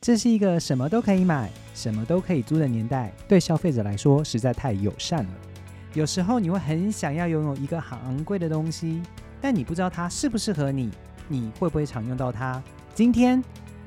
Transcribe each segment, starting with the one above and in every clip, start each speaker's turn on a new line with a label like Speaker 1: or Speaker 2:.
Speaker 1: 这是一个什么都可以买、什么都可以租的年代，对消费者来说实在太友善了。有时候你会很想要拥有一个很昂贵的东西，但你不知道它适不适合你，你会不会常用到它。今天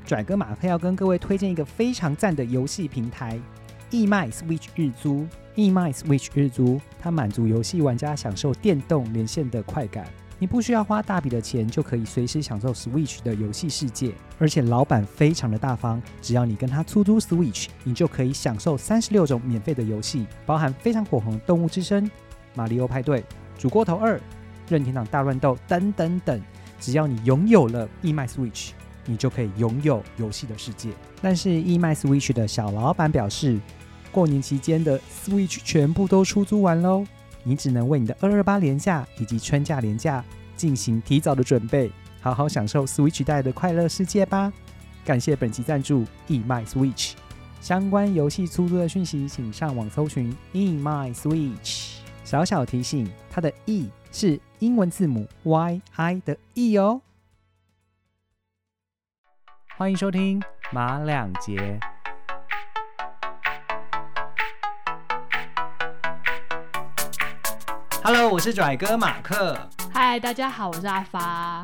Speaker 1: 拽哥马克要跟各位推荐一个非常赞的游戏平台——义卖 Switch 日租。义卖 Switch 日租，它满足游戏玩家享受电动连线的快感。你不需要花大笔的钱就可以随时享受 Switch 的游戏世界，而且老板非常的大方，只要你跟他出租 Switch，你就可以享受三十六种免费的游戏，包含非常火红《动物之声》、《马里奥派对》、《煮锅头二》、《任天堂大乱斗》等等等。只要你拥有了义卖 Switch，你就可以拥有游戏的世界。但是义卖 Switch 的小老板表示，过年期间的 Switch 全部都出租完喽。你只能为你的二二八廉价以及春假廉价进行提早的准备，好好享受 Switch 带来的快乐世界吧。感谢本期赞助义卖 Switch，相关游戏出租的讯息，请上网搜寻义卖 Switch。小小提醒，它的 “e” 是英文字母 “y i” 的 “e” 哦。欢迎收听马两杰。Hello，我是拽哥马克。
Speaker 2: 嗨，大家好，我是阿发。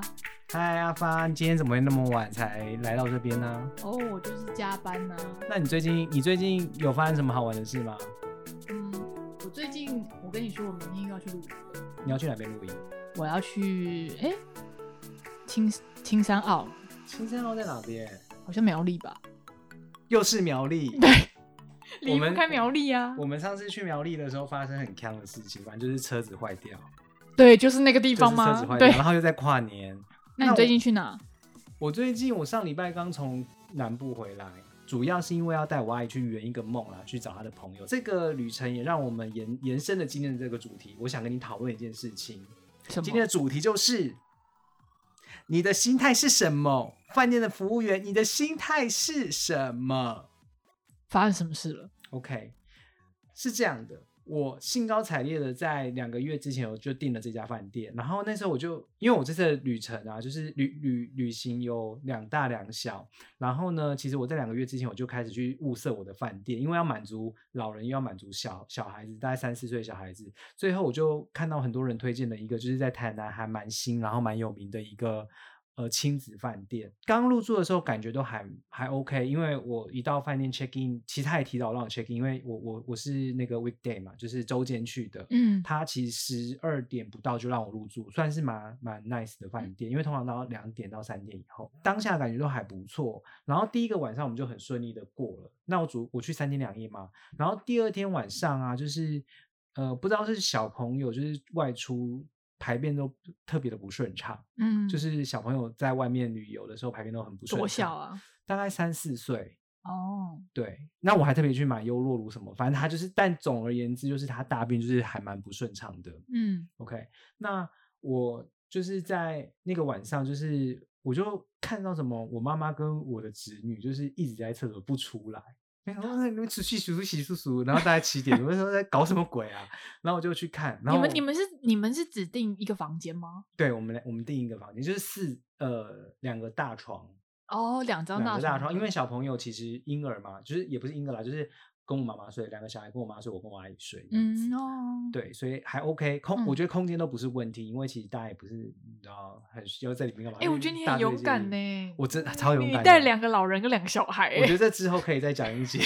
Speaker 1: 嗨，阿发，你今天怎么会那么晚才来到这边呢、
Speaker 2: 哦，我就是加班呢、啊
Speaker 1: 那你最近，你最近有发生什么好玩的事吗？
Speaker 2: 嗯，我最近，我跟你说，我明天又要去露营，
Speaker 1: 你要去哪边露营？
Speaker 2: 我要去哎、青青山澳，
Speaker 1: 青山澳在哪边？
Speaker 2: 好像苗栗吧？
Speaker 1: 又是苗栗。
Speaker 2: 对，
Speaker 1: 我
Speaker 2: 离
Speaker 1: 们
Speaker 2: 不开苗栗啊。
Speaker 1: 我们上次去苗栗的时候，发生很坑的事情，反正就是车子坏掉，
Speaker 2: 对，就是那个地
Speaker 1: 地
Speaker 2: 方
Speaker 1: 车
Speaker 2: 吗
Speaker 1: 子？坏掉，
Speaker 2: 对
Speaker 1: 然。后又在跨年。
Speaker 2: 那
Speaker 1: 那
Speaker 2: 你最
Speaker 1: 我
Speaker 2: 近去哪？
Speaker 1: 我最近，我上礼拜刚从南部回来，主要是因为要带我阿姨去圆一个梦啦，去找她的朋友。这个旅程也让我们延延伸了今天的这个主题。我想跟你讨论一件事情，
Speaker 2: 什
Speaker 1: 今天
Speaker 2: 么？
Speaker 1: 的主题就是你的心态是什么？饭店的服务员，你的心态是什么
Speaker 2: 发生什么事了？
Speaker 1: ？OK，是这样的，我兴高采烈的在两个月之前我就订了这家饭店，然后那时候我就因为我这次的旅程啊，就是旅旅旅行有两大两小，然后呢，其实我在两个月之前我就开始去物色我的饭店，因为要满足老人又要满足小小孩子，大概三四岁小孩子，最后我就看到很多人推荐了一个，就是在台南还蛮新，然后蛮有名的一个呃亲子饭店。刚入住的时候感觉都还还 OK，因为我一到饭店 check in，其实他也提早让我 check in，因为我我我是那个 weekday 嘛，就是周间去的。
Speaker 2: 嗯，
Speaker 1: 他其实十二点不到就让我入住，算是蛮蛮 nice 的
Speaker 2: 嗯
Speaker 1: 饭店，因为通常到两点到三点以后，当下感觉都还不错。然后第一个晚上我们就很顺利的过了。那我主我去三天两夜嘛，
Speaker 2: 嗯
Speaker 1: 然后第二天晚上啊，就是呃不知道是小朋友就是外出排便都特别的不顺畅，
Speaker 2: 嗯，
Speaker 1: 就是小朋友在外面旅游的时候排便都很不顺畅，
Speaker 2: 多小，啊？
Speaker 1: 大概三四岁，
Speaker 2: 哦，
Speaker 1: 对，那我还特别去买优洛乳什么，反正他就是，但总而言之，就是他大便就是还蛮不顺畅的。
Speaker 2: 嗯，
Speaker 1: OK，那我就是在那个晚上，就是我就看到什么，我妈妈跟我的侄女就是一直在厕所不出来，然后你们出去洗漱洗漱漱，然后大概七点，我就说在搞什么鬼啊？然后我就去看，然
Speaker 2: 你
Speaker 1: 后
Speaker 2: 们你们是你们是指定一个房间吗？
Speaker 1: 对我们来我们订一个房间，就是四呃两个大床，
Speaker 2: 哦，两张
Speaker 1: 两
Speaker 2: 大
Speaker 1: 个
Speaker 2: 床，
Speaker 1: 大床，因为小朋友其实婴儿嘛，就是也不是婴儿啦，就是跟我妈妈睡，两个小孩跟我妈睡，我跟我阿姨睡，嗯，
Speaker 2: 嗯哦，
Speaker 1: 对，所以还 OK，空、我
Speaker 2: 嗯
Speaker 1: 觉得空间都不是问题，因为其实大家也不是你知道很需要在里面干嘛。
Speaker 2: 哎、我觉得你很勇敢，呢。
Speaker 1: 我真的超勇敢的
Speaker 2: 你带两个老人跟两个小孩、
Speaker 1: 我觉得
Speaker 2: 哎，
Speaker 1: 这之后可以再讲一集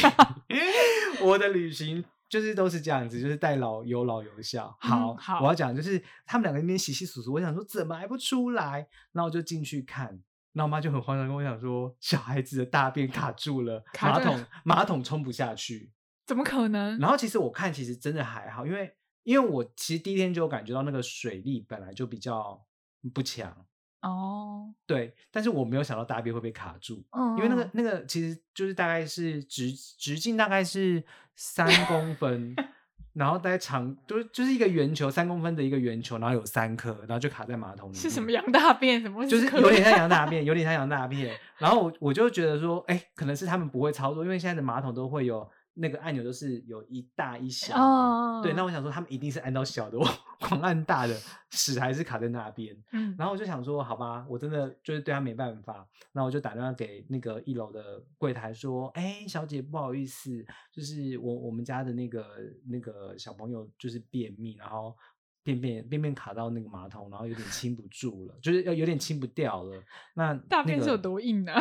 Speaker 1: 我的旅行。就是都是这样子，就是带老有老有小。好，
Speaker 2: 嗯好
Speaker 1: 我要讲就是他们两个那边洗洗簌簌，我想说怎么还不出来？然后我就进去看，那我妈就很慌张跟我讲说，小孩子的大便卡住了，
Speaker 2: 卡
Speaker 1: 马
Speaker 2: 在
Speaker 1: 桶马桶冲不下去。
Speaker 2: 怎么可能？
Speaker 1: 然后其实我看其实真的还好，因为因为我其实第一天就有感觉到那个水力本来就比较嗯不强，
Speaker 2: 哦，
Speaker 1: 对，但是我没有想到大便会被卡住，
Speaker 2: 嗯，
Speaker 1: 因为那个那个其实就是大概是直直径大概是三公分。然后大概长就是就是一个圆球，三公分的一个圆球，然后有三颗，然后就卡在马桶里面。
Speaker 2: 是什么羊大便，什么
Speaker 1: 嗯就是
Speaker 2: 可
Speaker 1: 有点像羊 大便，有点像羊大便。然后我我就觉得说，哎、可能是他们不会操作，因为现在的马桶都会有那个按钮都是有一大一小嘛，
Speaker 2: 哦，
Speaker 1: 对，那我想说他们一定是按到小的，我狂按大的，屎还是卡在那边。
Speaker 2: 嗯，
Speaker 1: 然后我就想说，好吧，我真的就是对他没办法，那我就打电话给那个一楼的柜台说，哎，小姐，不好意思，就是我我们家的那个那个小朋友就是便秘，然后便便便便卡到那个马桶，然后有点 清不住了，就是要有点清不掉了。那
Speaker 2: 大
Speaker 1: 那
Speaker 2: 便是有
Speaker 1: 个
Speaker 2: 多 硬啊？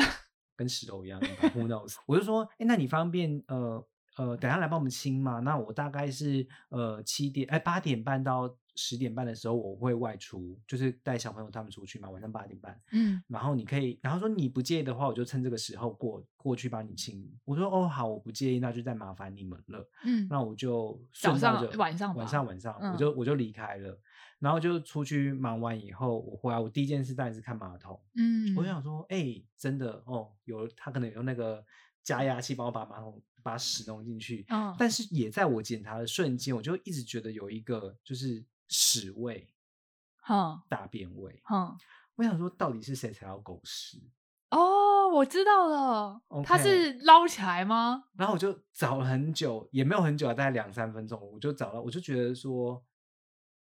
Speaker 1: 跟石头一样硬吧，Who knows？我 就说，哎、那你方便呃呃，等下来帮我们清嘛？那我大概是呃七点哎八点半到十点半的时候我会外出，就是带小朋友他们出去嘛，晚上八点半。
Speaker 2: 嗯，
Speaker 1: 然后你可以，然后说你不介意的话，我就趁这个时候过过去帮你清。我说哦好，我不介意，那就再麻烦你们了。
Speaker 2: 嗯，
Speaker 1: 那我就
Speaker 2: 早
Speaker 1: 顺道
Speaker 2: 上
Speaker 1: 着
Speaker 2: 晚上
Speaker 1: 晚
Speaker 2: 吧
Speaker 1: 上晚上，
Speaker 2: 嗯
Speaker 1: 我就我就离开了，然后就出去忙完以后，我回来，我第一件事当然是看马桶。
Speaker 2: 嗯，
Speaker 1: 我就想说，哎、真的哦，有他可能有那个加压器帮我把马桶把屎弄进去，
Speaker 2: 嗯，
Speaker 1: 但是也在我检查的瞬间，我就一直觉得有一个就是屎味、
Speaker 2: 哼
Speaker 1: 大便味。
Speaker 2: 哼，
Speaker 1: 我想说，到底是谁踩到狗屎？
Speaker 2: 哦，我知道了，它
Speaker 1: OK
Speaker 2: 是捞起来吗？
Speaker 1: 然后我就找了很久，也没有很久啊，大概两三分钟，我就找到，我就觉得说，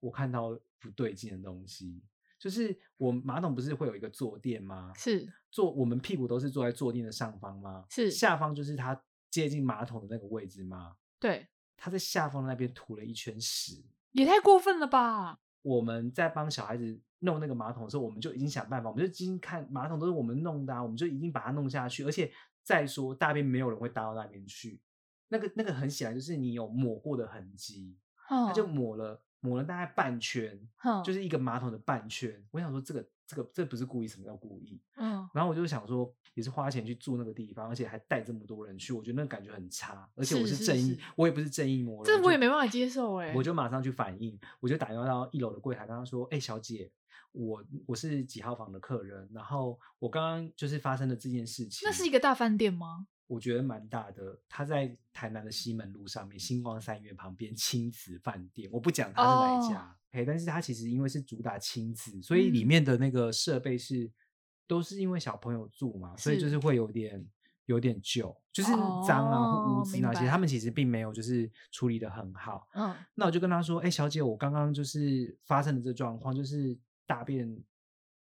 Speaker 1: 我看到不对劲的东西，就是我马桶不是会有一个坐垫吗？
Speaker 2: 是，
Speaker 1: 坐我们屁股都是坐在坐垫的上方吗？
Speaker 2: 是
Speaker 1: 下方就是它接近马桶的那个位置吗？
Speaker 2: 对，
Speaker 1: 它在下方那边吐了一圈屎。
Speaker 2: 也太过分了吧？
Speaker 1: 我们在帮小孩子弄那个马桶的时候，我们就已经想办法，我们就已经看马桶都是我们弄的、啊，我们就已经把它弄下去。而且再说大便没有人会搭到那边去，那个那个很显然就是你有抹过的痕迹，
Speaker 2: 哼，
Speaker 1: 它就抹了抹了大概半圈，
Speaker 2: 哼，
Speaker 1: 就是一个马桶的半圈。我想说这个这个这不是故意，什么叫故意？
Speaker 2: 嗯，
Speaker 1: 然后我就想说，也是花钱去住那个地方，而且还带这么多人去，我觉得那感觉很差。而且我
Speaker 2: 是
Speaker 1: 是
Speaker 2: 是
Speaker 1: 正义，
Speaker 2: 是
Speaker 1: 我也不是正义魔人，
Speaker 2: 这
Speaker 1: 就
Speaker 2: 我也没办法接受哎，
Speaker 1: 我就马上去反映，我就打电话到一楼的柜台，跟他说：“哎、小姐，我我是几号房的客人，然后我刚刚就是发生了这件事情，
Speaker 2: 那是一个大饭店吗？
Speaker 1: 我觉得蛮大的。他在台南的西门路上面，星光三月旁边亲子饭店，我不讲它是哪一家。哎，但是它其实因为是主打亲子，所以里
Speaker 2: 哦嗯
Speaker 1: 面的那个设备是、都是因为小朋友住嘛，所以就是是会有点有点旧，就是脏啊、或
Speaker 2: 哦
Speaker 1: 污渍
Speaker 2: 明
Speaker 1: 那些，
Speaker 2: 白
Speaker 1: 他们其实并没有就是处理的很好。
Speaker 2: 嗯，
Speaker 1: 那我就跟他说：“哎、小姐，我刚刚就是发生了这状况，就是大便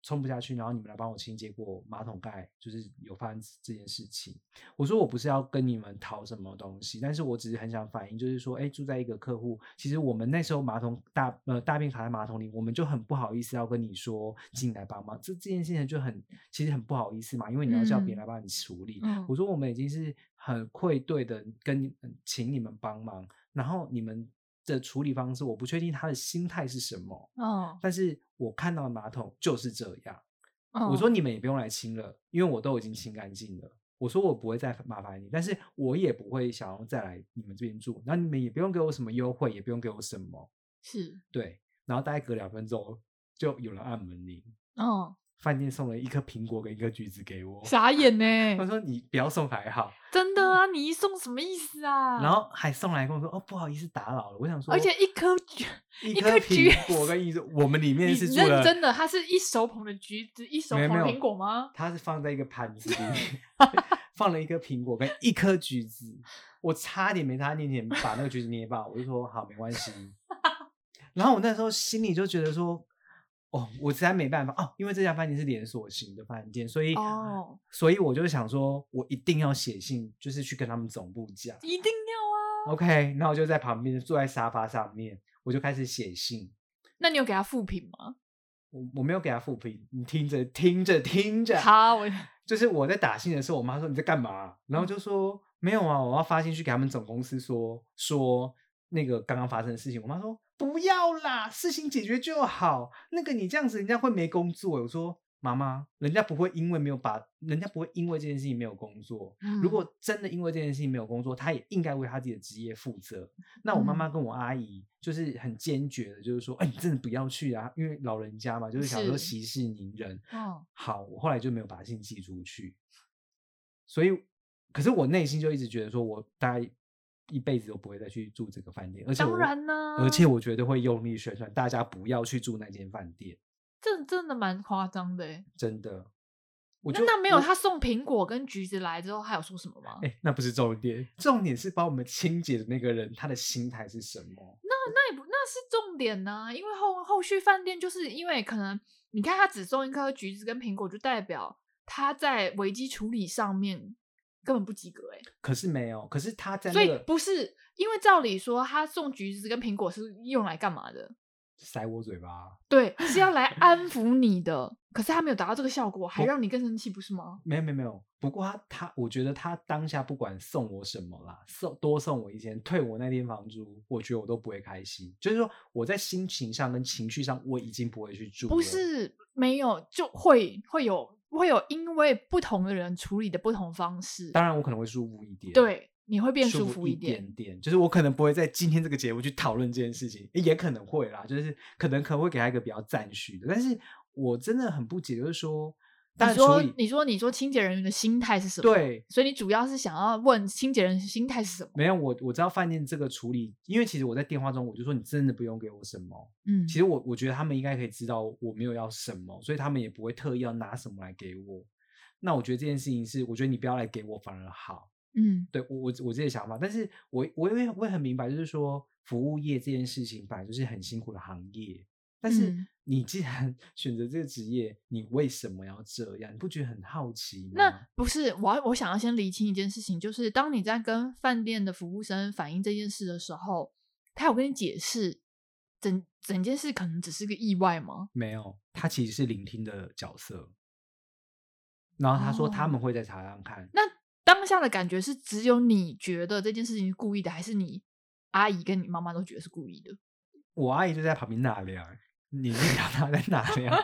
Speaker 1: 冲不下去，然后你们来帮我清，结果马桶盖就是有发生这件事情。”我说：“我不是要跟你们讨什么东西，但是我只是很想反映，就是说，哎、住在一个客户，其实我们那时候马桶大呃大便卡在马桶里，我们就很不好意思要跟你说进来帮忙，这这件事情就很其实很不好意思嘛，因为你要叫别人
Speaker 2: 嗯
Speaker 1: 来帮你处理。
Speaker 2: 嗯
Speaker 1: 我说我们已经是很愧对的跟你们请你们帮忙，然后你们的处理方式，我不确定他的心态是什么，
Speaker 2: 嗯，
Speaker 1: 但是我看到的马桶就是这样。
Speaker 2: 嗯
Speaker 1: 我说你们也不用来清了，因为我都已经清干净了。我说我不会再麻烦你，但是我也不会想要再来你们这边住，那你们也不用给我什么优惠，也不用给我什么，
Speaker 2: 是，
Speaker 1: 对。然后大概隔两分钟就有人按门铃，
Speaker 2: 嗯，
Speaker 1: 饭店送了一颗苹果跟一个橘子给我。
Speaker 2: 傻眼呢，
Speaker 1: 他说你不要送还好，
Speaker 2: 真的啊，你一送什么意思啊？
Speaker 1: 然后还送来跟我说哦不好意思打扰了，我想说，
Speaker 2: 而且一颗 橘，
Speaker 1: 一
Speaker 2: 一
Speaker 1: 颗
Speaker 2: 颗橘
Speaker 1: 苹果跟一说我们里面
Speaker 2: 你
Speaker 1: 是住
Speaker 2: 认
Speaker 1: 了
Speaker 2: 真的，它是一手捧的橘子，一手
Speaker 1: 没有
Speaker 2: 捧
Speaker 1: 没有
Speaker 2: 苹果吗？
Speaker 1: 它是放在一个盘子里 面， 放了一颗苹果跟一颗橘子，我差点没在他面前把那个橘子捏爆，我就说好没关 系。然后我那时候心里就觉得说，哦，我实在没办法哦，因为这家饭店是连锁型的饭店，所以、
Speaker 2: 哦
Speaker 1: 所以我就想说，我一定要写信，就是去跟他们总部讲。
Speaker 2: 一定要啊！
Speaker 1: OK，那我就在旁边坐在沙发上面，我就开始写信。
Speaker 2: 那你有给他复评吗？
Speaker 1: 我我没有给他复评，你听着听着听着，
Speaker 2: 好，我
Speaker 1: 就是我在打信的时候，我妈说你在干嘛、然后就说没有啊，我要发信去给他们总公司说说那个刚刚发生的事情。我妈说不要啦，事情解决就好。那个你这样子，人家会没工作。我说妈妈，人家不会因为没有把，人家不会因为这件事情没有工作。如
Speaker 2: 嗯
Speaker 1: 果真的因为这件事情没有工作，他也应该为他自己的职业负责。那我妈
Speaker 2: 嗯
Speaker 1: 妈跟我阿姨就是很坚决的，就是说，哎、你真的不要去啊，因为老人家嘛，就是想说
Speaker 2: 是
Speaker 1: 息事宁人。
Speaker 2: 哦，
Speaker 1: 好，我后来就没有把信寄出去，所以，可是我内心就一直觉得说，我大概一辈子都不会再去住这个饭店，而且
Speaker 2: 当
Speaker 1: 我
Speaker 2: 然呢
Speaker 1: 而且我绝对会用力宣传大家不要去住那间饭店，
Speaker 2: 这真的蛮夸张的欸
Speaker 1: 真的。我
Speaker 2: 那
Speaker 1: 就
Speaker 2: 那没有
Speaker 1: 我
Speaker 2: 他送苹果跟橘子来之后，还有说什么吗？
Speaker 1: 哎、那不是重点，重点是帮我们清洁的那个人他的心态是什么？
Speaker 2: 那也不那是重点呢、因为后后续饭店就是因为可能你看他只送一颗橘子跟苹果，就代表他在危机处理上面根本不及格哎、
Speaker 1: 可是没有，可是他在
Speaker 2: 所
Speaker 1: 那
Speaker 2: 以
Speaker 1: 个
Speaker 2: 不是因为照理说他送橘子跟苹果是用来干嘛的？
Speaker 1: 塞我嘴巴，
Speaker 2: 对，是要来安抚你的，可是他没有达到这个效果，还让你更生气，不是吗？
Speaker 1: 没有没有没有。不过他他，我觉得他当下不管送我什么啦，送多送我一千，退我那间房租，我觉得我都不会开心。就是说我在心情上跟情绪上，我已经不会去住了。
Speaker 2: 不是没有就会会有会有因为不同的人处理的不同方式，
Speaker 1: 当然我可能会舒服一点，，
Speaker 2: 对你会变
Speaker 1: 舒
Speaker 2: 舒
Speaker 1: 服
Speaker 2: 服
Speaker 1: 一
Speaker 2: 点。
Speaker 1: 点点。就是我可能不会在今天这个节目去讨论这件事情，也可能会啦，就是可能可能会给他一个比较赞许的，但是我真的很不解，就是说，但
Speaker 2: 你
Speaker 1: 处
Speaker 2: 说
Speaker 1: 理，
Speaker 2: 你说你说清洁人员的心态是什么？，
Speaker 1: 对
Speaker 2: 所以你主要是想要问清洁人员心态是什么？
Speaker 1: 没有，我我知道饭店这个处理，因为其实我在电话中我就说你真的不用给我什么。
Speaker 2: 嗯，
Speaker 1: 其实我我觉得他们应该可以知道我没有要什么，所以他们也不会特意要拿什么来给我。那我觉得这件事情是，我觉得你不要来给我反而好。
Speaker 2: 嗯
Speaker 1: 对我我我自己的想法，但是我我也会我也很明白，就是说服务业这件事情本来就是很辛苦的行业，但是
Speaker 2: 嗯
Speaker 1: 你既然 选择这个职业，你为什么要这样？你不觉得很好奇吗？
Speaker 2: 那不是我要我想要先厘清一件事情，就是当你在跟饭店的服务生反映这件事的时候，他有跟你解释整整件事可能只是个意外吗？
Speaker 1: 没有，他其实是聆听的角色。然后他说他
Speaker 2: 哦
Speaker 1: 们会再查查看，
Speaker 2: 那当下的感觉是只有你觉得这件事情是故意的，还是你阿姨跟你妈妈都觉得是故意的？
Speaker 1: 我阿姨就在旁边纳凉，你是讲她在纳凉，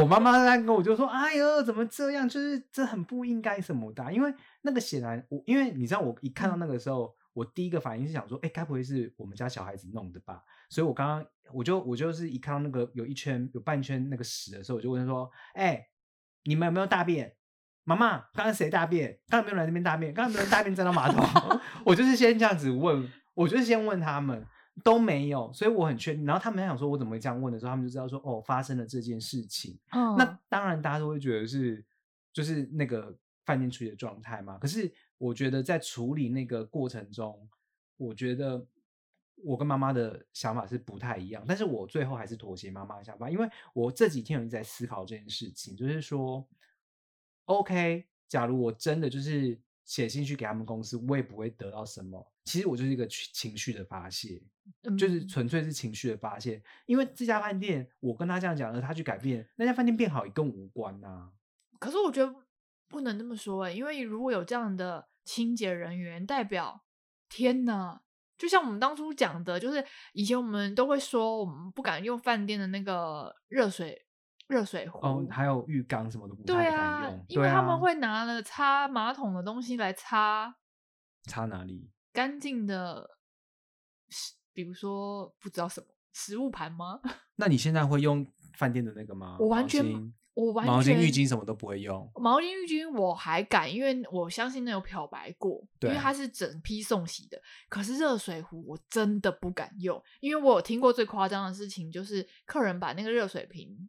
Speaker 1: 我妈妈在跟我就说：“哎呦，怎么这样？就是这很不应该什么的啊、因为那个显然我，因为你知道，我一看到那个时候，我第一个反应是想说：哎，该不会是我们家小孩子弄的吧？所以我刚刚我就我就是一看到那个有一圈有半圈那个屎的时候，我就问说：哎，你们有没有大便？”妈妈，刚刚谁大便？刚刚有没有人来这边大便？刚刚有没有人大便站到马桶？我就是先这样子问，我就是先问他们，都没有，所以我很确定。然后他们还想说我怎么会这样问的时候，他们就知道说哦，发生了这件事情。
Speaker 2: 嗯
Speaker 1: 那当然大家都会觉得是就是那个饭店处理的状态嘛。可是我觉得在处理那个过程中，我觉得我跟妈妈的想法是不太一样，但是我最后还是妥协妈妈的想法，因为我这几天有一直在思考这件事情，就是说，OK，假如我真的就是写信去给他们公司，我也不会得到什么。其实我就是一个情情绪的发泄，就是
Speaker 2: 嗯
Speaker 1: 纯粹是情绪的发泄。因为这家饭店，我跟他这样讲，而他去改变，那家饭店变好也跟我无关呐、
Speaker 2: 可是我觉得不能这么说哎、因为如果有这样的清洁人员，代表天呐，就像我们当初讲的，就是以前我们都会说，我们不敢用饭店的那个热水热水壶，
Speaker 1: 哦，还有浴缸什么的不
Speaker 2: 对
Speaker 1: 太敢
Speaker 2: 啊
Speaker 1: 用，，
Speaker 2: 因为
Speaker 1: 对
Speaker 2: 他们
Speaker 1: 啊
Speaker 2: 会拿了擦马桶的东西来擦
Speaker 1: 差哪里？
Speaker 2: 干净的食，比如说不知道什么食物盘吗？
Speaker 1: 那你现在会用饭店的那个吗？
Speaker 2: 我完
Speaker 1: 毛
Speaker 2: 全
Speaker 1: 巾
Speaker 2: 我完全
Speaker 1: 毛巾、浴巾什么都不会用。
Speaker 2: 毛巾浴巾我还敢，因为我相信那有漂白过，因
Speaker 1: 对
Speaker 2: 为它是整批送洗的。可是热水壶我真的不敢用，因为我有听过最夸张的事情，就是客人把那个热水瓶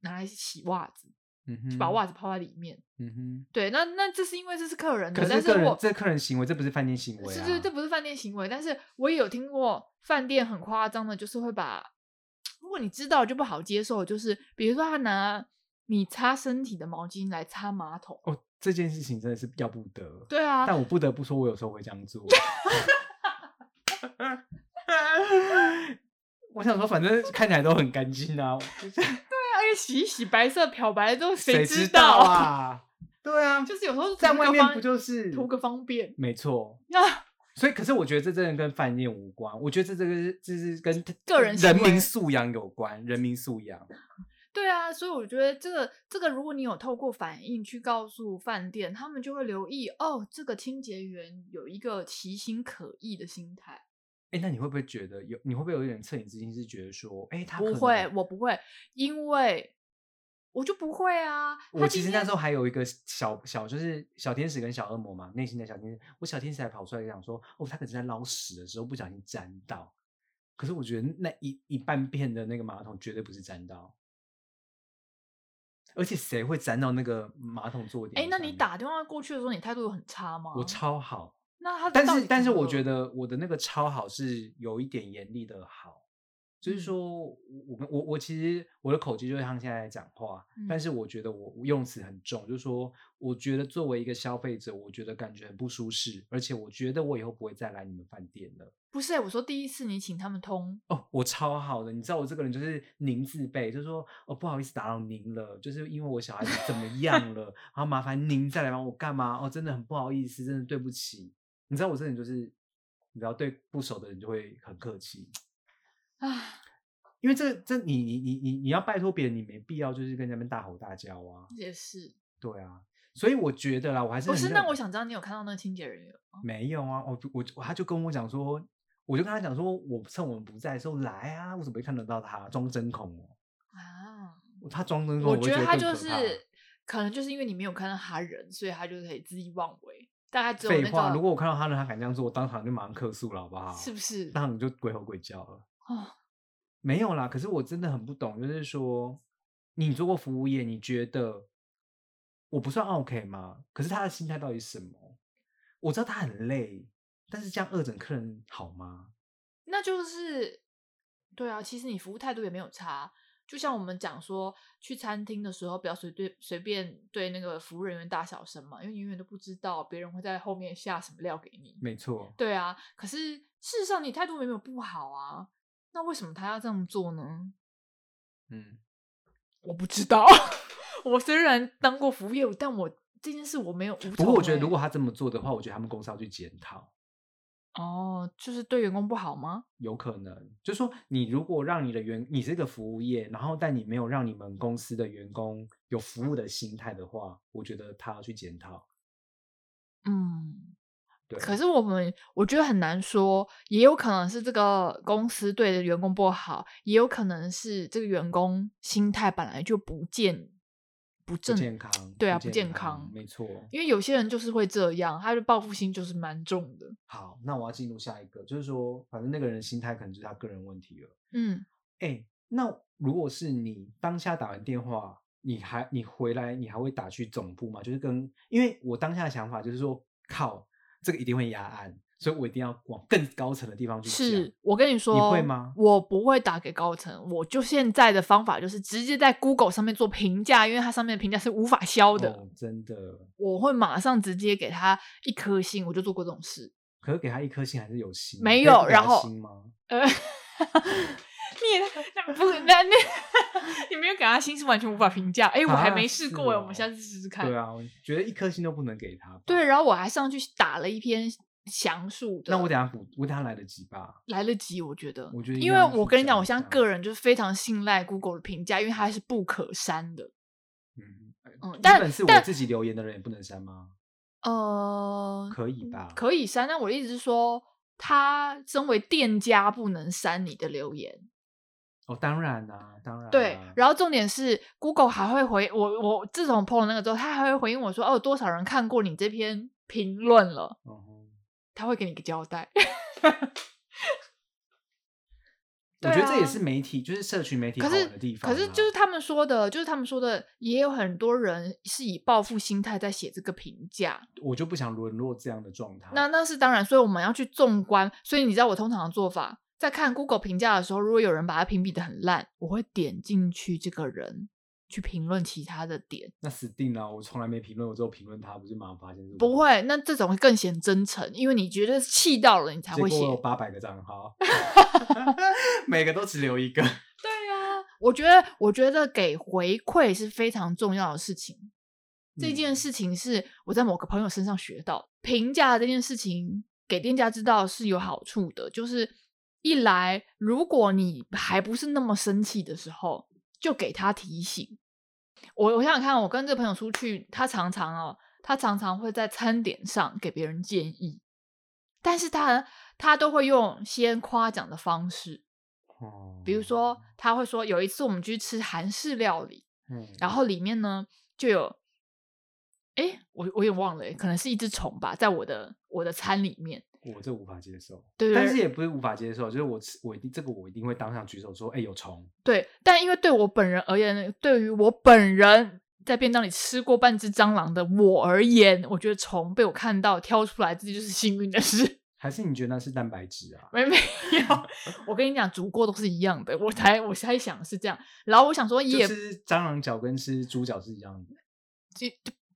Speaker 2: 拿来洗袜子，
Speaker 1: 嗯
Speaker 2: 就
Speaker 1: 哼，
Speaker 2: 把袜子泡在里面。
Speaker 1: 嗯
Speaker 2: 对，那那这是因为这是客人
Speaker 1: 哼。
Speaker 2: 的，
Speaker 1: 可
Speaker 2: 但
Speaker 1: 是
Speaker 2: 是
Speaker 1: 个人
Speaker 2: 我
Speaker 1: 这客人行为，这不是饭店行为
Speaker 2: 是
Speaker 1: 啊。
Speaker 2: 是这不是饭店行为，但是我也有听过饭店很夸张的，就是会把，如果你知道就不好接受，就是比如说他拿你擦身体的毛巾来擦马桶。
Speaker 1: 哦，这件事情真的是要不得。
Speaker 2: 对啊，
Speaker 1: 但我不得不说，我有时候会这样 做。我想说，反正看起来都很干净啊，就是
Speaker 2: 而且洗一洗白色漂白了之后，
Speaker 1: 谁
Speaker 2: 知
Speaker 1: 知道？啊？对啊，
Speaker 2: 就是有时候
Speaker 1: 在
Speaker 2: 图个
Speaker 1: 外面
Speaker 2: 方
Speaker 1: 不就是
Speaker 2: 图个方便？ 啊
Speaker 1: 没错。
Speaker 2: 那
Speaker 1: 所以，可是我觉得这真的跟饭店无关，我觉得这这个是这是跟
Speaker 2: 个人行
Speaker 1: 人
Speaker 2: 为
Speaker 1: 民素养有关，人民素养。
Speaker 2: 对啊，所以我觉得这个这个，如果你有透过反应去告诉饭店，他们就会留意哦，这个清洁员有一个其心可异的心态。
Speaker 1: 哎、那你会不会觉得有？你会不会有一点恻隐之心，是觉得说，哎、他可
Speaker 2: 不
Speaker 1: 能
Speaker 2: 会，我不会，因为我就不会啊。
Speaker 1: 我
Speaker 2: 他
Speaker 1: 其
Speaker 2: 今
Speaker 1: 实那
Speaker 2: 天
Speaker 1: 时候还有一个小小，就是小天使跟小恶魔嘛，内心的小天使。我小天使还跑出来讲说，哦，他可能在捞屎的时候不小心沾到。可是我觉得那一一半片的那个马桶绝对不是沾到，而且谁会沾到那个马桶坐垫？
Speaker 2: 哎，那你，打电话过去的时候，你态度有很差吗？
Speaker 1: 我。超好，
Speaker 2: 那他
Speaker 1: 但
Speaker 2: 到
Speaker 1: 是
Speaker 2: 底
Speaker 1: 但是
Speaker 2: 怎么
Speaker 1: 我
Speaker 2: 了
Speaker 1: 觉得我的那个超好是有一点严厉的好，就是
Speaker 2: 嗯
Speaker 1: 说我我们我我其实我的口技就是像现在讲话，但
Speaker 2: 嗯
Speaker 1: 是我觉得我我用词很重，就是说我觉得作为一个消费者，我觉得感觉很不舒适，而且我觉得我以后不会再来你们饭店了。
Speaker 2: 不是、我说第一次你请他们通，
Speaker 1: 哦，我超好的，你知道我这个人就是您自备，就是说哦不好意思打扰您了，就是因为我小孩子怎么样 了，然后麻烦您再来帮我干嘛？哦，真的很不好意思，真的对不起。你知道我这人就是，你知道对不熟的人就会很客气，
Speaker 2: 唉，
Speaker 1: 因为这个这你你你你你要拜托别人，你没必要就是跟人家那边大吼大叫啊，
Speaker 2: 也是。
Speaker 1: 对啊。所以我觉得啦，我还是
Speaker 2: 不
Speaker 1: 很
Speaker 2: 是，
Speaker 1: 认
Speaker 2: 那我想知道你有看到那个清洁人员吗？
Speaker 1: 没有啊，我就我就他就跟我讲说，我就跟他讲说，我趁我们不在的时候来啊，我怎么会看得到他装针孔哦？
Speaker 2: 啊，
Speaker 1: 他装针孔，
Speaker 2: 我
Speaker 1: 我
Speaker 2: 觉
Speaker 1: 得
Speaker 2: 得他
Speaker 1: 更
Speaker 2: 就
Speaker 1: 可
Speaker 2: 是
Speaker 1: 怕
Speaker 2: 可能就是因为你没有看到他人，所以他就可以恣意妄为。大概只有
Speaker 1: 废
Speaker 2: 那
Speaker 1: 话。
Speaker 2: 个，
Speaker 1: 如果我看到他了，他敢这样做，我当场就马上客诉了，好不好？
Speaker 2: 是不是
Speaker 1: 当场就鬼吼鬼叫了。
Speaker 2: 哦，
Speaker 1: 没有啦，可是我真的很不懂，就是说，你做过服务业，你觉得我不算 OK 吗？可是他的心态到底是什么？我知道他很累，但是这样恶整客人好吗？
Speaker 2: 那就是对啊。其实你服务态度也没有差，就像我们讲说，去餐厅的时候不要随便随便对那个服务人员大小声嘛，因为你永远都不知道别人会在后面下什么料给你。
Speaker 1: 没错，
Speaker 2: 对啊，可是事实上你态度没有不好啊，那为什么他要这样做呢？
Speaker 1: 嗯。
Speaker 2: 我不知道。 我虽然当过服务业务，但我这件事我没有无从欸。
Speaker 1: 不过我觉得，如果他这么做的话，我觉得他们公司要去检讨，
Speaker 2: 哦，就是对员工不好吗？
Speaker 1: 有可能就是说，你如果让你的员，你是一个服务业，然后但你没有让你们公司的员工有服务的心态的话，我觉得他要去检讨。
Speaker 2: 嗯，
Speaker 1: 对，
Speaker 2: 可是我们我觉得很难说，也有可能是这个公司对员工不好，也有可能是这个员工心态本来就不健不
Speaker 1: 不
Speaker 2: 正
Speaker 1: 健康，
Speaker 2: 对啊，
Speaker 1: 不
Speaker 2: 不
Speaker 1: 健
Speaker 2: 健康。
Speaker 1: 没错。
Speaker 2: 因为有些人就是会这样，他的报复心就是蛮重的。
Speaker 1: 好，那我要进入下一个，就是说，反正那个人的心态可能就是他个人问题了。
Speaker 2: 嗯，
Speaker 1: 哎，那如果是你当下打完电话，你还你回来，你还会打去总部吗？就是跟，因为我当下的想法就是说，靠，这个一定会压案，所以我一定要往更高层的地方去讲。
Speaker 2: 是我跟你说，
Speaker 1: 你会吗
Speaker 2: 我不会打给高层，我就现在的方法就是直接在 Google 上面做评价，因为它上面的评价是无法消的。
Speaker 1: 哦，真的。
Speaker 2: 我会马上直接给他一颗星，我就做过这种事。
Speaker 1: 可是给他一颗星还是有星啊，
Speaker 2: 没
Speaker 1: 可以不
Speaker 2: 有
Speaker 1: 给
Speaker 2: 然
Speaker 1: 他
Speaker 2: 后
Speaker 1: 星吗？
Speaker 2: 呃，你那不是那 那你没有给他星是完全无法评价。哎，我还
Speaker 1: 啊
Speaker 2: 没试
Speaker 1: 是
Speaker 2: 过哎，我
Speaker 1: 哦
Speaker 2: 们下次试试看。
Speaker 1: 对啊，我觉得一颗星都不能给他吧。
Speaker 2: 对，然后我还上去打了一篇详述的。
Speaker 1: 那我等下补，我等下来得及吧？
Speaker 2: 来得及，我觉得，
Speaker 1: 我觉得应
Speaker 2: 因
Speaker 1: 该
Speaker 2: 为
Speaker 1: 要
Speaker 2: 我
Speaker 1: 去
Speaker 2: 跟你讲，
Speaker 1: 讲
Speaker 2: 我
Speaker 1: 一
Speaker 2: 现在
Speaker 1: 下
Speaker 2: 个人就是非常信赖 Google 的评价，因为它是不可删的。
Speaker 1: 嗯，
Speaker 2: 嗯，
Speaker 1: 但
Speaker 2: 但
Speaker 1: 是我
Speaker 2: 但
Speaker 1: 自己留言的人也不能删吗？
Speaker 2: 呃，
Speaker 1: 可以吧？
Speaker 2: 可以删，但我的意思是说，他身为店家不能删你的留言。
Speaker 1: 哦，当然啦，当然。啊
Speaker 2: 对，
Speaker 1: 后
Speaker 2: 然后重点是 Google 还会回我，我自从 PO 了那个之后，他还会回应我说，哦，有多少人看过你这篇评论了？
Speaker 1: 嗯哼
Speaker 2: 他会给你个交代。
Speaker 1: 我
Speaker 2: 对
Speaker 1: 觉得这也
Speaker 2: 啊
Speaker 1: 是媒体，就是社群媒体
Speaker 2: 可
Speaker 1: 好
Speaker 2: 是
Speaker 1: 玩的地，方
Speaker 2: 可
Speaker 1: 啦。
Speaker 2: 是就是他们说的，就是他们说的，也有很多人是以报复心态在写这个评价。
Speaker 1: 我就不想沦落这样的状态。
Speaker 2: 那那是当然，所以我们要去纵观。所以你知道我通常的做法，在看 Google 评价的时候，如果有人把它评比的很烂，我会点进去这个人去评论其他的点，
Speaker 1: 那死定了！我从来没评论，我只有评论他，不是马上发现是我
Speaker 2: 不会。那这种会更显真诚，因为你觉得气到了，你才
Speaker 1: 结
Speaker 2: 会
Speaker 1: 果
Speaker 2: 写。
Speaker 1: 我有八百个账 号， 每个都只留一个。
Speaker 2: 对呀、我觉得，我觉得给回馈是非常重要的事情。这件
Speaker 1: 嗯
Speaker 2: 事情是我在某个朋友身上学到的，评价这件事情给店家知道是有好处的。就是一来，如果你还不是那么生气的时候，就给他提醒。我我想想看，我跟这个朋友出去，他常常哦，他常常会在餐点上给别人建议，但是他他都会用先夸奖的方式，
Speaker 1: 哦
Speaker 2: 比如说，他会说有一次我们去吃韩式料理，
Speaker 1: 嗯，
Speaker 2: 然后里面呢就有，哎，我我也忘了诶，可能是一只虫吧，在我的我的餐里面。
Speaker 1: 我这无法接受，
Speaker 2: 对对
Speaker 1: 但
Speaker 2: 对
Speaker 1: 是也不是无法接受，就是我吃我一定这个我一定会当场举手说，哎、有虫，
Speaker 2: 对，但因为对我本人而言，对于我本人在便当里吃过半只蟑螂的我而言，我觉得虫被我看到挑出来，这就是幸运的事。
Speaker 1: 还是你觉得那是蛋白质啊？
Speaker 2: 没没有，我跟你讲，煮过都是一样的。我才我才想是这样，然后我想说
Speaker 1: 就
Speaker 2: 也、
Speaker 1: 是蟑螂脚跟吃猪脚是一样的。
Speaker 2: 就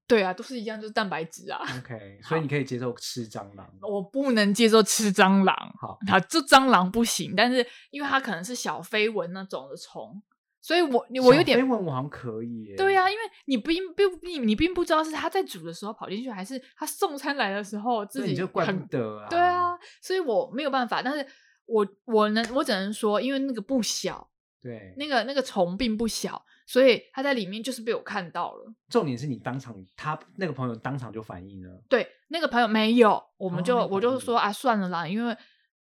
Speaker 2: 对啊，都是一样，就是蛋白质啊。
Speaker 1: OK，所以你可以接受吃蟑螂。
Speaker 2: 我不能接受吃蟑螂，
Speaker 1: 好，
Speaker 2: 啊，这蟑螂不行，但是因为它可能是小飞蚊那种的虫，所以我我有点
Speaker 1: 小飞蚊我好像可以耶。
Speaker 2: 对呀、啊因为你并并你你并不知道是他在煮的时候跑进去，还是他送餐来的时候
Speaker 1: 所
Speaker 2: 自
Speaker 1: 以
Speaker 2: 己
Speaker 1: 你就怪不
Speaker 2: 很
Speaker 1: 得啊。
Speaker 2: 对啊，，所以我没有办法，但是我我能我只能说，因为那个不小，
Speaker 1: 对。
Speaker 2: 那个那个虫并不小，所以它在里面就是被我看到了。
Speaker 1: 重点是你当场，他那个朋友当场就反应了。
Speaker 2: 对，那个朋友没有，
Speaker 1: 哦
Speaker 2: 我们就、
Speaker 1: 那个
Speaker 2: 我
Speaker 1: 朋
Speaker 2: 就
Speaker 1: 友
Speaker 2: 说啊，算了啦，因为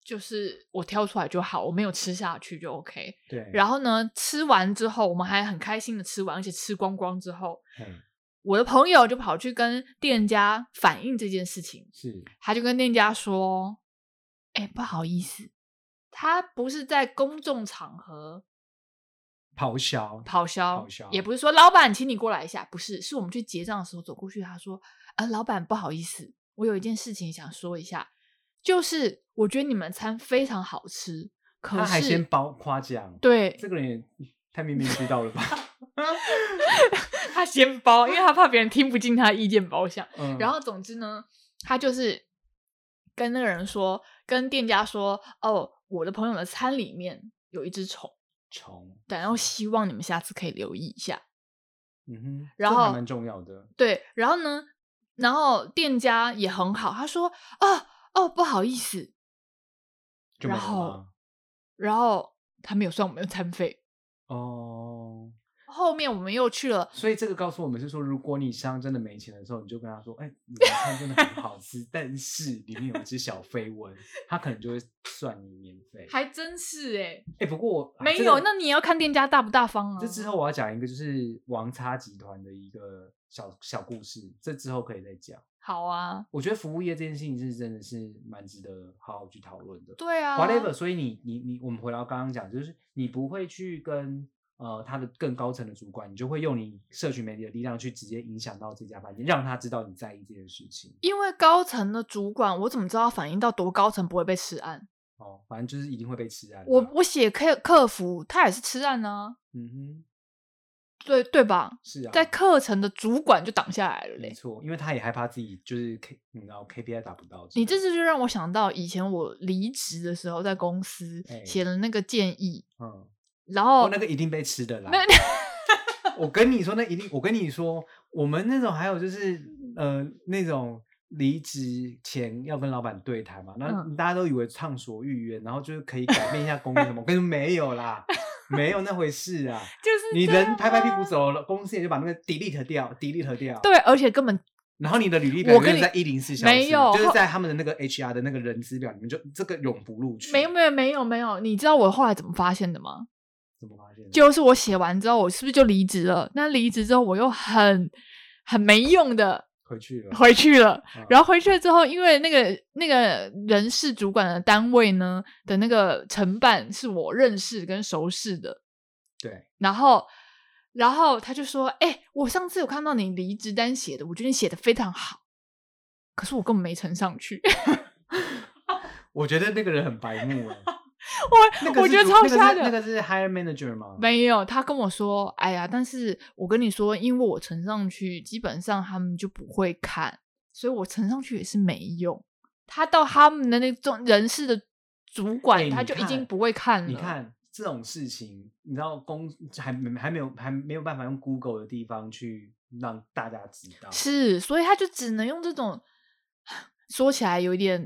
Speaker 2: 就是我挑出来就好，我没有吃下去就 OK。
Speaker 1: 对，
Speaker 2: 然
Speaker 1: 后
Speaker 2: 后呢，吃完之后，我们还很开心的吃完，而且吃光光之后，
Speaker 1: 嘿
Speaker 2: 我的朋友就跑去跟店家反映这件事情，
Speaker 1: 是
Speaker 2: 他就跟店家说：“哎、不好意思，他不是在公众场合
Speaker 1: 咆哮，
Speaker 2: 咆哮，
Speaker 1: 咆哮
Speaker 2: 也不是说老板，请你过来一下，不是，是我们去结账的时候走过去，他说：‘啊、老板，不好意思，我有一件事情想说一下，就是我觉得你们餐非常好吃，可
Speaker 1: 他还先
Speaker 2: 是
Speaker 1: 包夸奖，
Speaker 2: 对
Speaker 1: 这个人也太面面俱到了吧？
Speaker 2: 他先包，因为他怕别人听不进他的意见包 厢。”
Speaker 1: 嗯，
Speaker 2: 然后总之呢，他就是跟那个人说，跟店家说，哦，我的朋友的餐里面有一只虫，
Speaker 1: 虫，
Speaker 2: 对，然后希望你们下次可以留意一下。
Speaker 1: 嗯哼，
Speaker 2: 然
Speaker 1: 这还
Speaker 2: 后
Speaker 1: 蛮重要的，
Speaker 2: 对，然后呢，然后店家也很好，他说，哦哦，不好意思，
Speaker 1: 就没
Speaker 2: 然
Speaker 1: 了
Speaker 2: 后
Speaker 1: 吗
Speaker 2: 然后他没有算我们的餐费。
Speaker 1: 哦，
Speaker 2: 后面我们又去了，
Speaker 1: 所以这个告诉我们是说，如果你上真的没钱的时候，你就跟他说：“哎、你的餐真的很好吃，但是里面有一只小飞蚊，他可能就会算你免费。
Speaker 2: 还真是哎，”
Speaker 1: 哎、不过我
Speaker 2: 没
Speaker 1: 这
Speaker 2: 有，
Speaker 1: 个
Speaker 2: 那你也要看店家大不大方啊。
Speaker 1: 这之后我要讲一个就是王叉集团的一个小小故事，这之后可以再讲。
Speaker 2: 好啊，
Speaker 1: 我觉得服务业这件事情是真的是蛮值得好好去讨论的。
Speaker 2: 对啊
Speaker 1: whatever，所以你你你，我们回到刚刚讲，就是你不会去跟呃他的更高层的主管，你就会用你社群媒体的力量去直接影响到这家饭店，让他知道你在意这件事情。
Speaker 2: 因为高层的主管，我怎么知道反映到多高层不会被吃案？
Speaker 1: 哦，反正就是一定会被吃案的。啊
Speaker 2: 我我写客客服，他也是吃案呢、
Speaker 1: 嗯哼，
Speaker 2: 对对吧？
Speaker 1: 是啊，
Speaker 2: 在课程的主管就挡下来了
Speaker 1: 没
Speaker 2: 嘞。
Speaker 1: 错，因为他也害怕自己就是 K，你知道 KPI 达不到之类的。
Speaker 2: 你这次就让我想到以前我离职的时候，在公司
Speaker 1: 哎
Speaker 2: 写的那个建议，
Speaker 1: 嗯，
Speaker 2: 然
Speaker 1: 哦
Speaker 2: 后，
Speaker 1: 那个一定被吃的啦。
Speaker 2: 那
Speaker 1: 我跟你说，那一定，我跟你说，我们那种还有就是呃那种离职前要跟老板对谈嘛，那
Speaker 2: 嗯
Speaker 1: 大家都以为畅所欲言，然后就是可以改变一下公司什 么，我跟你说没有啦，没有那回事啊。
Speaker 2: 就是
Speaker 1: 你
Speaker 2: 这样
Speaker 1: 人拍拍屁股
Speaker 2: 啊。
Speaker 1: 走了，公司也就把那个 delete 掉，delete 掉。
Speaker 2: 对，而且根本
Speaker 1: 然后你的履历表
Speaker 2: 我跟
Speaker 1: 就是
Speaker 2: 你
Speaker 1: 在一零四小时，
Speaker 2: 没有
Speaker 1: 就是
Speaker 2: 后
Speaker 1: 在他们的那个 HR 的那个人资表里面，就这个永不录取。
Speaker 2: 没有没有没有没有，你知道我后来怎么发现的吗？
Speaker 1: 怎么发现的？
Speaker 2: 就是我写完之后，我是不是就离职了？那离职之后，我又很很没用的
Speaker 1: 回去了。
Speaker 2: 回去了。
Speaker 1: 嗯
Speaker 2: 然后回去了之后，因为那个那个人事主管的单位呢的那个承办是我认识跟熟识的，
Speaker 1: 对，
Speaker 2: 然后然后他就说：“哎、我上次有看到你离职单写的，我觉得你写的非常好，可是我根本没呈上去，
Speaker 1: 我觉得那个人很白目啊。那
Speaker 2: 我、
Speaker 1: 个
Speaker 2: 我
Speaker 1: 是
Speaker 2: 觉得
Speaker 1: 主那个
Speaker 2: 超
Speaker 1: 是
Speaker 2: 瞎的。
Speaker 1: 那个是 hire manager 吗？哎
Speaker 2: 没有，他跟我说：“哎呀，但是我跟你说，因为我呈上去，基本上他们就不会看，所以我呈上去也是没用。他到他们的那种人事的主管，
Speaker 1: 哎
Speaker 2: 他
Speaker 1: 你
Speaker 2: 就已
Speaker 1: 看
Speaker 2: 经不会看了。
Speaker 1: 你看这种事情，你知道公还没还没有还没有办法用 Google 的地方去让大家知道。
Speaker 2: 是，所以他就只能用这种，说起来有一点，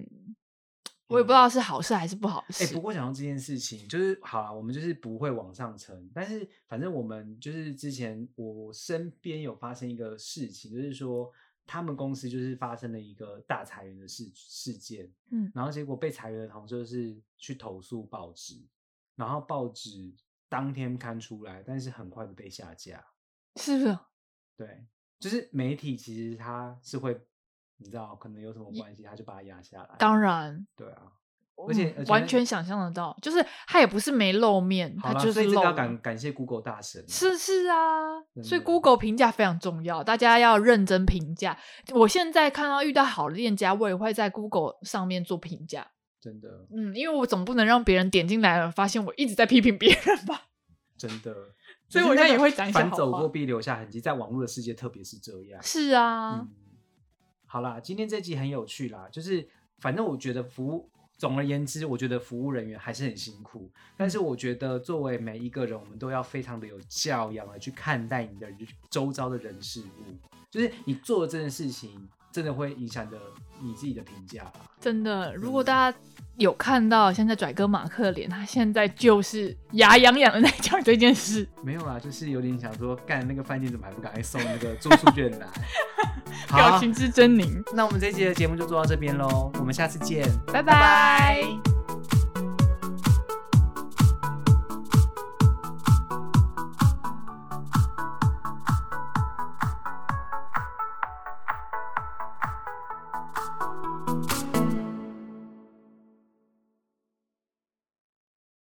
Speaker 2: 我也不知道是好事还是不好
Speaker 1: 嗯哎、
Speaker 2: 事。
Speaker 1: 不过讲到这件事情，就是好啦，我们就是不会往上撑，但是反正我们就是之前我身边有发生一个事情，就是说他们公司就是发生了一个大裁员的事事件，
Speaker 2: 嗯
Speaker 1: 然后结果被裁员的同事就是去投诉报纸，然后报纸当天刊出来，但是很快的被下架，
Speaker 2: 是不是？
Speaker 1: 对，就是媒体其实它是会，你知道可能有什么
Speaker 2: 一
Speaker 1: 关系，他就把它压下来，
Speaker 2: 当然，嗯
Speaker 1: 对啊，而且而且
Speaker 2: 完
Speaker 1: 那
Speaker 2: 全想象得到，就是他也不是没露面，
Speaker 1: 好
Speaker 2: 他
Speaker 1: 啦
Speaker 2: 就
Speaker 1: 所
Speaker 2: 是
Speaker 1: 以这
Speaker 2: 露
Speaker 1: 个要
Speaker 2: 了。
Speaker 1: 感感谢 Google 大神啊，
Speaker 2: 是是啊，
Speaker 1: 真
Speaker 2: 所以
Speaker 1: 的
Speaker 2: Google 评价非常重要，大家要认真评价。我现在看到遇到好的店家，我也会在 Google 上面做评价。
Speaker 1: 真的
Speaker 2: 嗯，因为我总不能让别人点进来了，发现我一直在批评别人
Speaker 1: 嗯
Speaker 2: 吧。
Speaker 1: 真的。
Speaker 2: 所以
Speaker 1: 就是
Speaker 2: 我现在
Speaker 1: 那
Speaker 2: 也
Speaker 1: 个
Speaker 2: 会讲一些
Speaker 1: 反
Speaker 2: 好
Speaker 1: 走过
Speaker 2: 话
Speaker 1: 必留下痕迹，在网络的世界特别是这样。
Speaker 2: 是啊，
Speaker 1: 嗯，好啦，今天这集很有趣啦，就是反正我觉得服务，总而言之，我觉得服务人员还是很辛苦，但
Speaker 2: 嗯
Speaker 1: 是我觉得作为每一个人，我们都要非常的有教养的去看待你的人周遭的人事物，就是你做的这件事情，真的会影响的你自己的评价啦。
Speaker 2: 真的，如果
Speaker 1: 嗯
Speaker 2: 大家有看到现在拽哥马克的脸，他现在就是牙痒痒的在讲这件事，
Speaker 1: 没有啦，就是有点想说，干那个饭店怎么还不赶快送那个住宿券来？好
Speaker 2: 表，情之狰狞。
Speaker 1: 那我们这一集的节目就做到这边喽，我们下次见，
Speaker 2: 拜拜
Speaker 1: 拜